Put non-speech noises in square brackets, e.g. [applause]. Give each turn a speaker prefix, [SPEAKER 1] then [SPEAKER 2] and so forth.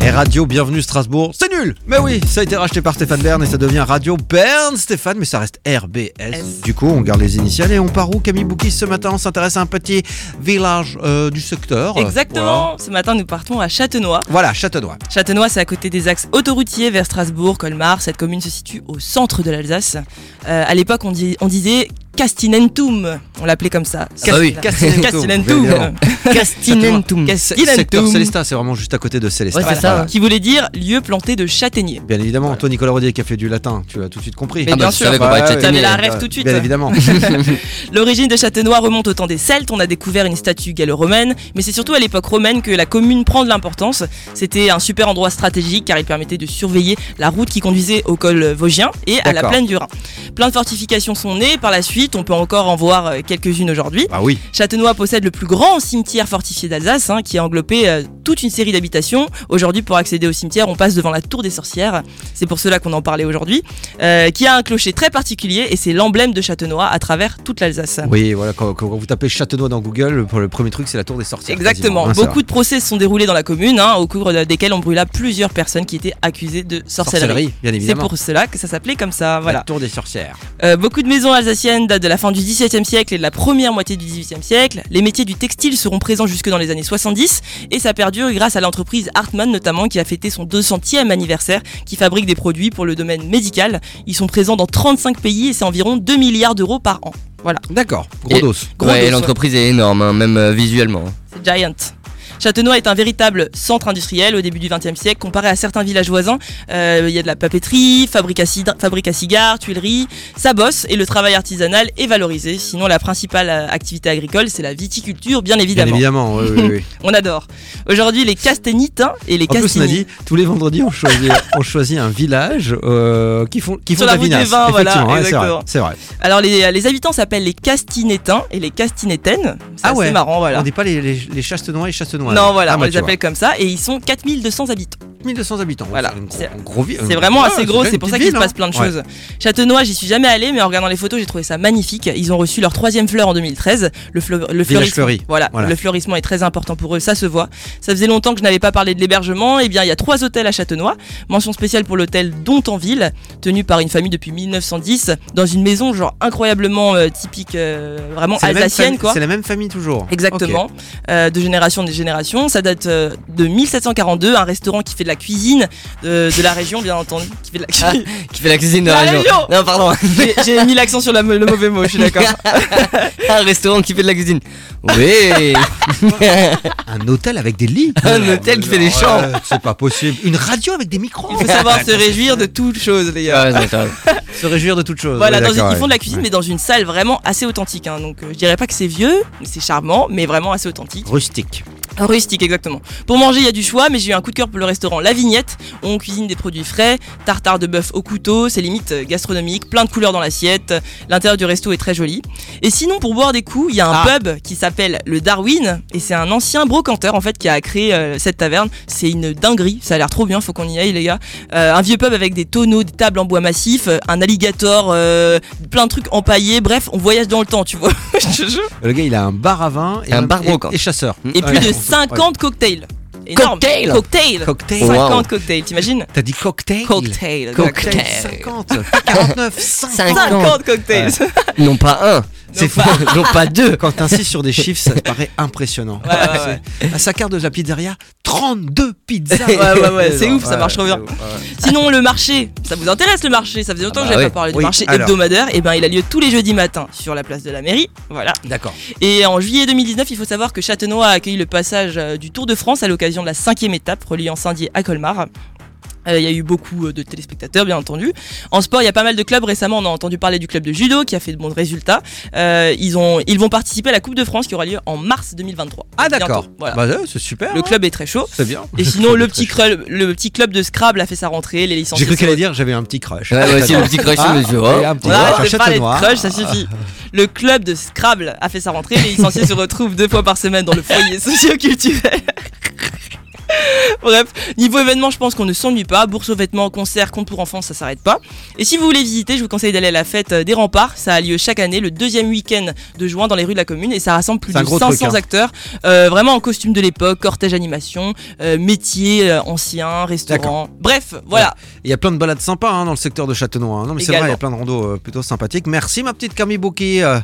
[SPEAKER 1] Et Radio Bienvenue Strasbourg, c'est nul Mais oui, ça a été racheté par Stéphane Bern et ça devient Radio Bern Stéphane, mais ça reste RBS. Du coup, on garde les initiales et on part où Camille Bouquis ce matin On s'intéresse à un petit village euh, du secteur.
[SPEAKER 2] Exactement. Ce matin, nous partons à Châtenois.
[SPEAKER 1] Voilà, Châtenois.
[SPEAKER 2] Châtenois, c'est à côté des axes autoroutiers vers Strasbourg, Colmar. Cette commune se situe au centre de l'Alsace. Euh, à l'époque, on, dit- on disait Castinentum. On l'appelait comme ça.
[SPEAKER 1] bah oui, Castinentum, évidemment.
[SPEAKER 3] Castinentum.
[SPEAKER 2] Castinentum.
[SPEAKER 1] Secteur
[SPEAKER 2] Castinentum.
[SPEAKER 1] Célestin, c'est vraiment juste à côté de Célestin.
[SPEAKER 3] Ouais, c'est ça,
[SPEAKER 1] Voilà.
[SPEAKER 3] ouais.
[SPEAKER 2] Qui voulait dire lieu planté de châtaigniers.
[SPEAKER 1] Bien évidemment, toi Nicolas Rodier qui a fait du latin, tu as tout de suite compris.
[SPEAKER 2] Mais Ah bah, bien tu sûr. savais
[SPEAKER 4] qu'on parlait de
[SPEAKER 1] ouais,
[SPEAKER 4] châtaignier.
[SPEAKER 1] ouais,
[SPEAKER 2] T'avais la
[SPEAKER 1] ouais,
[SPEAKER 2] rêve tout de suite.
[SPEAKER 1] Bien
[SPEAKER 2] [laughs]
[SPEAKER 1] évidemment.
[SPEAKER 2] L'origine de Châtenois remonte au temps des Celtes. On a découvert une statue gallo-romaine, mais c'est surtout à l'époque romaine que la commune prend de l'importance. C'était un super endroit stratégique car il permettait de surveiller la route qui conduisait au col vosgien et à la
[SPEAKER 4] D'accord.
[SPEAKER 2] plaine du Rhin. Plein de fortifications sont nées par la suite. On peut encore en voir euh, quelques-unes aujourd'hui.
[SPEAKER 1] bah oui.
[SPEAKER 2] Châtenois possède le plus grand cimetière fortifié d'Alsace, hein, qui a englobé euh, toute une série d'habitations. Aujourd'hui, pour accéder au cimetière, on passe devant la tour des sorcières. C'est pour cela qu'on en parlait aujourd'hui, euh, qui a un clocher très particulier et c'est l'emblème de Châtenois à travers toute l'Alsace.
[SPEAKER 1] Oui, voilà, quand, quand vous tapez Châtenois dans Google, pour le premier truc, c'est la tour des sorcières.
[SPEAKER 2] Exactement.
[SPEAKER 1] quasiment, hein, ça
[SPEAKER 2] Beaucoup de procès se sont déroulés dans la commune, hein, au cours de- desquels on brûla plusieurs personnes qui étaient accusées de sorcellerie.
[SPEAKER 1] Sorcellerie, bien
[SPEAKER 2] C'est
[SPEAKER 1] évidemment.
[SPEAKER 2] pour cela que ça s'appelait comme ça,
[SPEAKER 1] La
[SPEAKER 2] voilà.
[SPEAKER 1] tour des sorcières.
[SPEAKER 2] Euh, beaucoup de maisons alsaciennes datent de la fin du XVIIe siècle et de la première moitié du XVIIIe siècle. Les métiers du textile seront présents jusque dans les années 70 et ça perdure grâce à l'entreprise Hartmann notamment qui a fêté son 200e anniversaire, qui fabrique des produits pour le domaine médical. Ils sont présents dans 35 pays et c'est environ 2 milliards d'euros par an.
[SPEAKER 1] D'accord, gros
[SPEAKER 4] Et-
[SPEAKER 1] dos.
[SPEAKER 2] Gros
[SPEAKER 4] Ouais,
[SPEAKER 2] dos,
[SPEAKER 4] et l'entreprise est énorme, hein, même euh, visuellement.
[SPEAKER 2] C'est Giant. Châtenois est un véritable centre industriel au début du XXe siècle. Comparé à certains villages voisins, euh, il y a de la papeterie, fabrique à, cidre- fabrique à cigares, tuileries, ça bosse et le travail artisanal est valorisé. Sinon, la principale euh, activité agricole, c'est la viticulture, bien
[SPEAKER 1] Bien
[SPEAKER 2] évidemment.
[SPEAKER 1] évidemment, oui, oui, oui.
[SPEAKER 2] On adore. Aujourd'hui, les Castagnites [laughs] et les
[SPEAKER 1] En plus, on a dit,
[SPEAKER 2] Castagnites.
[SPEAKER 1] tous les vendredis, on
[SPEAKER 2] [laughs]
[SPEAKER 1] choisit, on choisit un village euh, qui font, qui font
[SPEAKER 2] Sur
[SPEAKER 1] de la
[SPEAKER 2] la route des
[SPEAKER 1] vinasse.
[SPEAKER 2] vins, voilà,
[SPEAKER 1] Effectivement, ouais, c'est vrai,
[SPEAKER 2] exactement.
[SPEAKER 1] c'est vrai.
[SPEAKER 2] Alors, les, les habitants s'appellent les Castinétains et les Castinétaines. C'est
[SPEAKER 1] Ah
[SPEAKER 2] assez
[SPEAKER 1] ouais.
[SPEAKER 2] marrant,
[SPEAKER 1] On
[SPEAKER 2] voilà.
[SPEAKER 1] dit pas les, les, les chastenois et chastenois.
[SPEAKER 2] Non, voilà,
[SPEAKER 1] Ah,
[SPEAKER 2] on
[SPEAKER 1] bah,
[SPEAKER 2] les
[SPEAKER 1] tu vois.
[SPEAKER 2] appelle comme ça et ils sont 4200 habitants.
[SPEAKER 1] 1200 habitants.
[SPEAKER 2] Voilà.
[SPEAKER 1] C'est une gros-
[SPEAKER 2] C'est-
[SPEAKER 1] une gros ville.
[SPEAKER 2] C'est vraiment
[SPEAKER 1] Ah,
[SPEAKER 2] assez gros,
[SPEAKER 1] bien
[SPEAKER 2] c'est
[SPEAKER 1] une
[SPEAKER 2] pour
[SPEAKER 1] petite
[SPEAKER 2] ça qu'il se
[SPEAKER 1] ville,
[SPEAKER 2] passe
[SPEAKER 1] hein.
[SPEAKER 2] plein de
[SPEAKER 1] Ouais.
[SPEAKER 2] choses. Châtenois, j'y suis jamais allé, mais en regardant les photos, j'ai trouvé ça magnifique. Ils ont reçu leur troisième fleur en 2013. Le, fleu- le fleurissement,
[SPEAKER 1] fleuri.
[SPEAKER 2] Voilà,
[SPEAKER 1] Voilà.
[SPEAKER 2] le fleurissement est très important pour eux, ça se voit. Ça faisait longtemps que je n'avais pas parlé de l'hébergement. Eh bien, il y a trois hôtels à Châtenois. Mention spéciale pour l'hôtel Dontanville, tenu par une famille depuis 1910, dans une maison genre incroyablement euh, typique, euh, vraiment
[SPEAKER 1] C'est la même
[SPEAKER 2] alsacienne,
[SPEAKER 1] famille-
[SPEAKER 2] quoi.
[SPEAKER 1] C'est la même famille toujours.
[SPEAKER 4] Oh,
[SPEAKER 2] Exactement, euh, de génération en génération. Ça date euh, de 1742, un restaurant qui fait de la cuisine euh, de la région, bien entendu, qui fait de la
[SPEAKER 1] Ah.
[SPEAKER 2] cuisine.
[SPEAKER 4] Qui fait la cuisine de
[SPEAKER 2] La
[SPEAKER 4] la région.
[SPEAKER 2] région
[SPEAKER 4] Non, pardon.
[SPEAKER 2] J'ai-
[SPEAKER 4] [laughs]
[SPEAKER 2] J'ai mis l'accent sur la- le mauvais mot, je suis d'accord.
[SPEAKER 4] Un restaurant qui fait de la cuisine. [laughs] Oui.
[SPEAKER 1] Ok. Un hôtel avec des
[SPEAKER 2] [laughs]
[SPEAKER 1] lits.
[SPEAKER 4] Un hôtel qui fait des chambres.
[SPEAKER 1] Ouais, C'est pas possible. Une radio avec des micros.
[SPEAKER 2] Il faut savoir se réjouir de toutes choses, les gars.
[SPEAKER 4] Ah, c'est grave.
[SPEAKER 1] se réjouir de toute chose.
[SPEAKER 2] Voilà,
[SPEAKER 1] Ouais,
[SPEAKER 2] dans une-
[SPEAKER 1] d'accord,
[SPEAKER 2] ils font de la
[SPEAKER 1] ouais.
[SPEAKER 2] cuisine, mais dans une salle vraiment assez authentique. hein. Donc, euh, je dirais pas que c'est vieux, mais c'est charmant, mais vraiment assez authentique.
[SPEAKER 1] Rustique.
[SPEAKER 2] Rustique, exactement. Pour manger, il y a du choix, mais j'ai eu un coup de cœur pour le restaurant La Vignette. où On cuisine des produits frais, tartare de bœuf au couteau, c'est limite euh, gastronomique, plein de couleurs dans l'assiette. L'intérieur du resto est très joli. Et sinon, pour boire des coups, il y a un
[SPEAKER 4] Ah.
[SPEAKER 2] pub qui s'appelle le Darwin, et c'est un ancien brocanteur en fait qui a créé euh, cette taverne. C'est une dinguerie, ça a l'air trop bien, faut qu'on y aille les gars. Euh, un vieux pub avec des tonneaux, des tables en bois massif, euh, un alligator, euh, plein de trucs empaillés. Bref, on voyage dans le temps, tu vois. [laughs] Je te jure.
[SPEAKER 1] Le gars, il a un bar à vin et
[SPEAKER 4] Un bar
[SPEAKER 1] et,
[SPEAKER 4] brocante.
[SPEAKER 1] et chasseur.
[SPEAKER 2] Et plus
[SPEAKER 1] Ouais.
[SPEAKER 2] de 50 cocktails. Énorme.
[SPEAKER 4] Cocktail
[SPEAKER 2] Cocktail.
[SPEAKER 1] Cocktail.
[SPEAKER 2] 50
[SPEAKER 4] Wow.
[SPEAKER 2] cocktails, t'imagines
[SPEAKER 1] T'as dit cocktail
[SPEAKER 2] Cocktail.
[SPEAKER 4] Cocktail.
[SPEAKER 2] exactement.
[SPEAKER 1] 50, 49, 50.
[SPEAKER 2] 50 cocktails.
[SPEAKER 4] Non, pas un.
[SPEAKER 1] C'est fou.
[SPEAKER 4] [laughs]
[SPEAKER 1] Non, pas deux. Quand t'insistes sur des chiffres, ça te paraît impressionnant.
[SPEAKER 2] Ouais, ouais, ouais.
[SPEAKER 1] C'est- À sa carte de la pizzeria, 32 pizzas.
[SPEAKER 2] Ouais, ouais, ouais, c'est ouf, ça
[SPEAKER 1] Ouais,
[SPEAKER 2] marche trop bien.
[SPEAKER 1] c'est ouf, ouais.
[SPEAKER 2] Sinon, le marché, ça vous intéresse le marché Ça faisait longtemps que
[SPEAKER 4] Ah bah
[SPEAKER 2] j'avais
[SPEAKER 4] oui.
[SPEAKER 2] pas parlé du
[SPEAKER 1] Oui,
[SPEAKER 2] marché
[SPEAKER 1] alors.
[SPEAKER 2] hebdomadaire. Et ben, il a lieu tous les jeudis matins sur la place de la mairie. Voilà.
[SPEAKER 1] D'accord.
[SPEAKER 2] Et en juillet 2019, il faut savoir que Châtenois a accueilli le passage euh, du Tour de France à l'occasion de la cinquième étape reliant Saint-Dié à Colmar. Euh, Il y a eu beaucoup euh, de téléspectateurs, bien entendu. En sport, il y a pas mal de clubs. Récemment, on a entendu parler du club de judo qui a fait de bons résultats. Euh, ils, ont, ils vont participer à la Coupe de France qui aura lieu en mars 2023.
[SPEAKER 1] Ah,
[SPEAKER 2] Bientôt.
[SPEAKER 1] d'accord.
[SPEAKER 2] Voilà.
[SPEAKER 1] Bah, ouais, c'est super.
[SPEAKER 2] Le
[SPEAKER 1] hein.
[SPEAKER 2] club est très chaud.
[SPEAKER 1] C'est bien. [laughs]
[SPEAKER 2] Et sinon,
[SPEAKER 1] club
[SPEAKER 2] le
[SPEAKER 1] est
[SPEAKER 2] petit,
[SPEAKER 1] très
[SPEAKER 2] club, le petit club de Scrabble a fait sa rentrée. Les
[SPEAKER 1] J'ai
[SPEAKER 2] licenciés
[SPEAKER 1] cru
[SPEAKER 2] sont
[SPEAKER 1] qu'elle allait dire j'avais un petit crush.
[SPEAKER 4] Ouais, moi aussi, le petit crush sur
[SPEAKER 1] Ah,
[SPEAKER 4] monsieur.
[SPEAKER 1] et
[SPEAKER 4] Oh.
[SPEAKER 1] un petit
[SPEAKER 2] On arrête
[SPEAKER 1] crush
[SPEAKER 2] de
[SPEAKER 1] à
[SPEAKER 2] parler de
[SPEAKER 1] Châtenois.
[SPEAKER 2] crush, ça suffit. Le club de Scrabble
[SPEAKER 1] [laughs]
[SPEAKER 2] a fait sa rentrée. Les licenciés se retrouvent deux fois par semaine dans le foyer socioculturel. Bref, niveau événements, je pense qu'on ne s'ennuie pas. Bourse aux vêtements, concerts, compte pour enfants, ça s'arrête pas. Et si vous voulez visiter, je vous conseille d'aller à la fête euh, des remparts. Ça a lieu chaque année, le deuxième week-end de juin, dans les rues de la commune. Et ça rassemble plus
[SPEAKER 1] C'est un
[SPEAKER 2] de
[SPEAKER 1] gros
[SPEAKER 2] 500
[SPEAKER 1] truc, hein.
[SPEAKER 2] acteurs, euh, vraiment en costume de l'époque, cortège animation, euh, métier euh, ancien, restaurant. Bref, voilà.
[SPEAKER 1] Il y a plein de balades sympas hein, dans le secteur de Châtenois. hein. Non, mais c'est vrai,
[SPEAKER 2] Également.
[SPEAKER 1] il y a plein de randos euh, plutôt sympathiques. Merci, ma petite Camille Bouki. euh,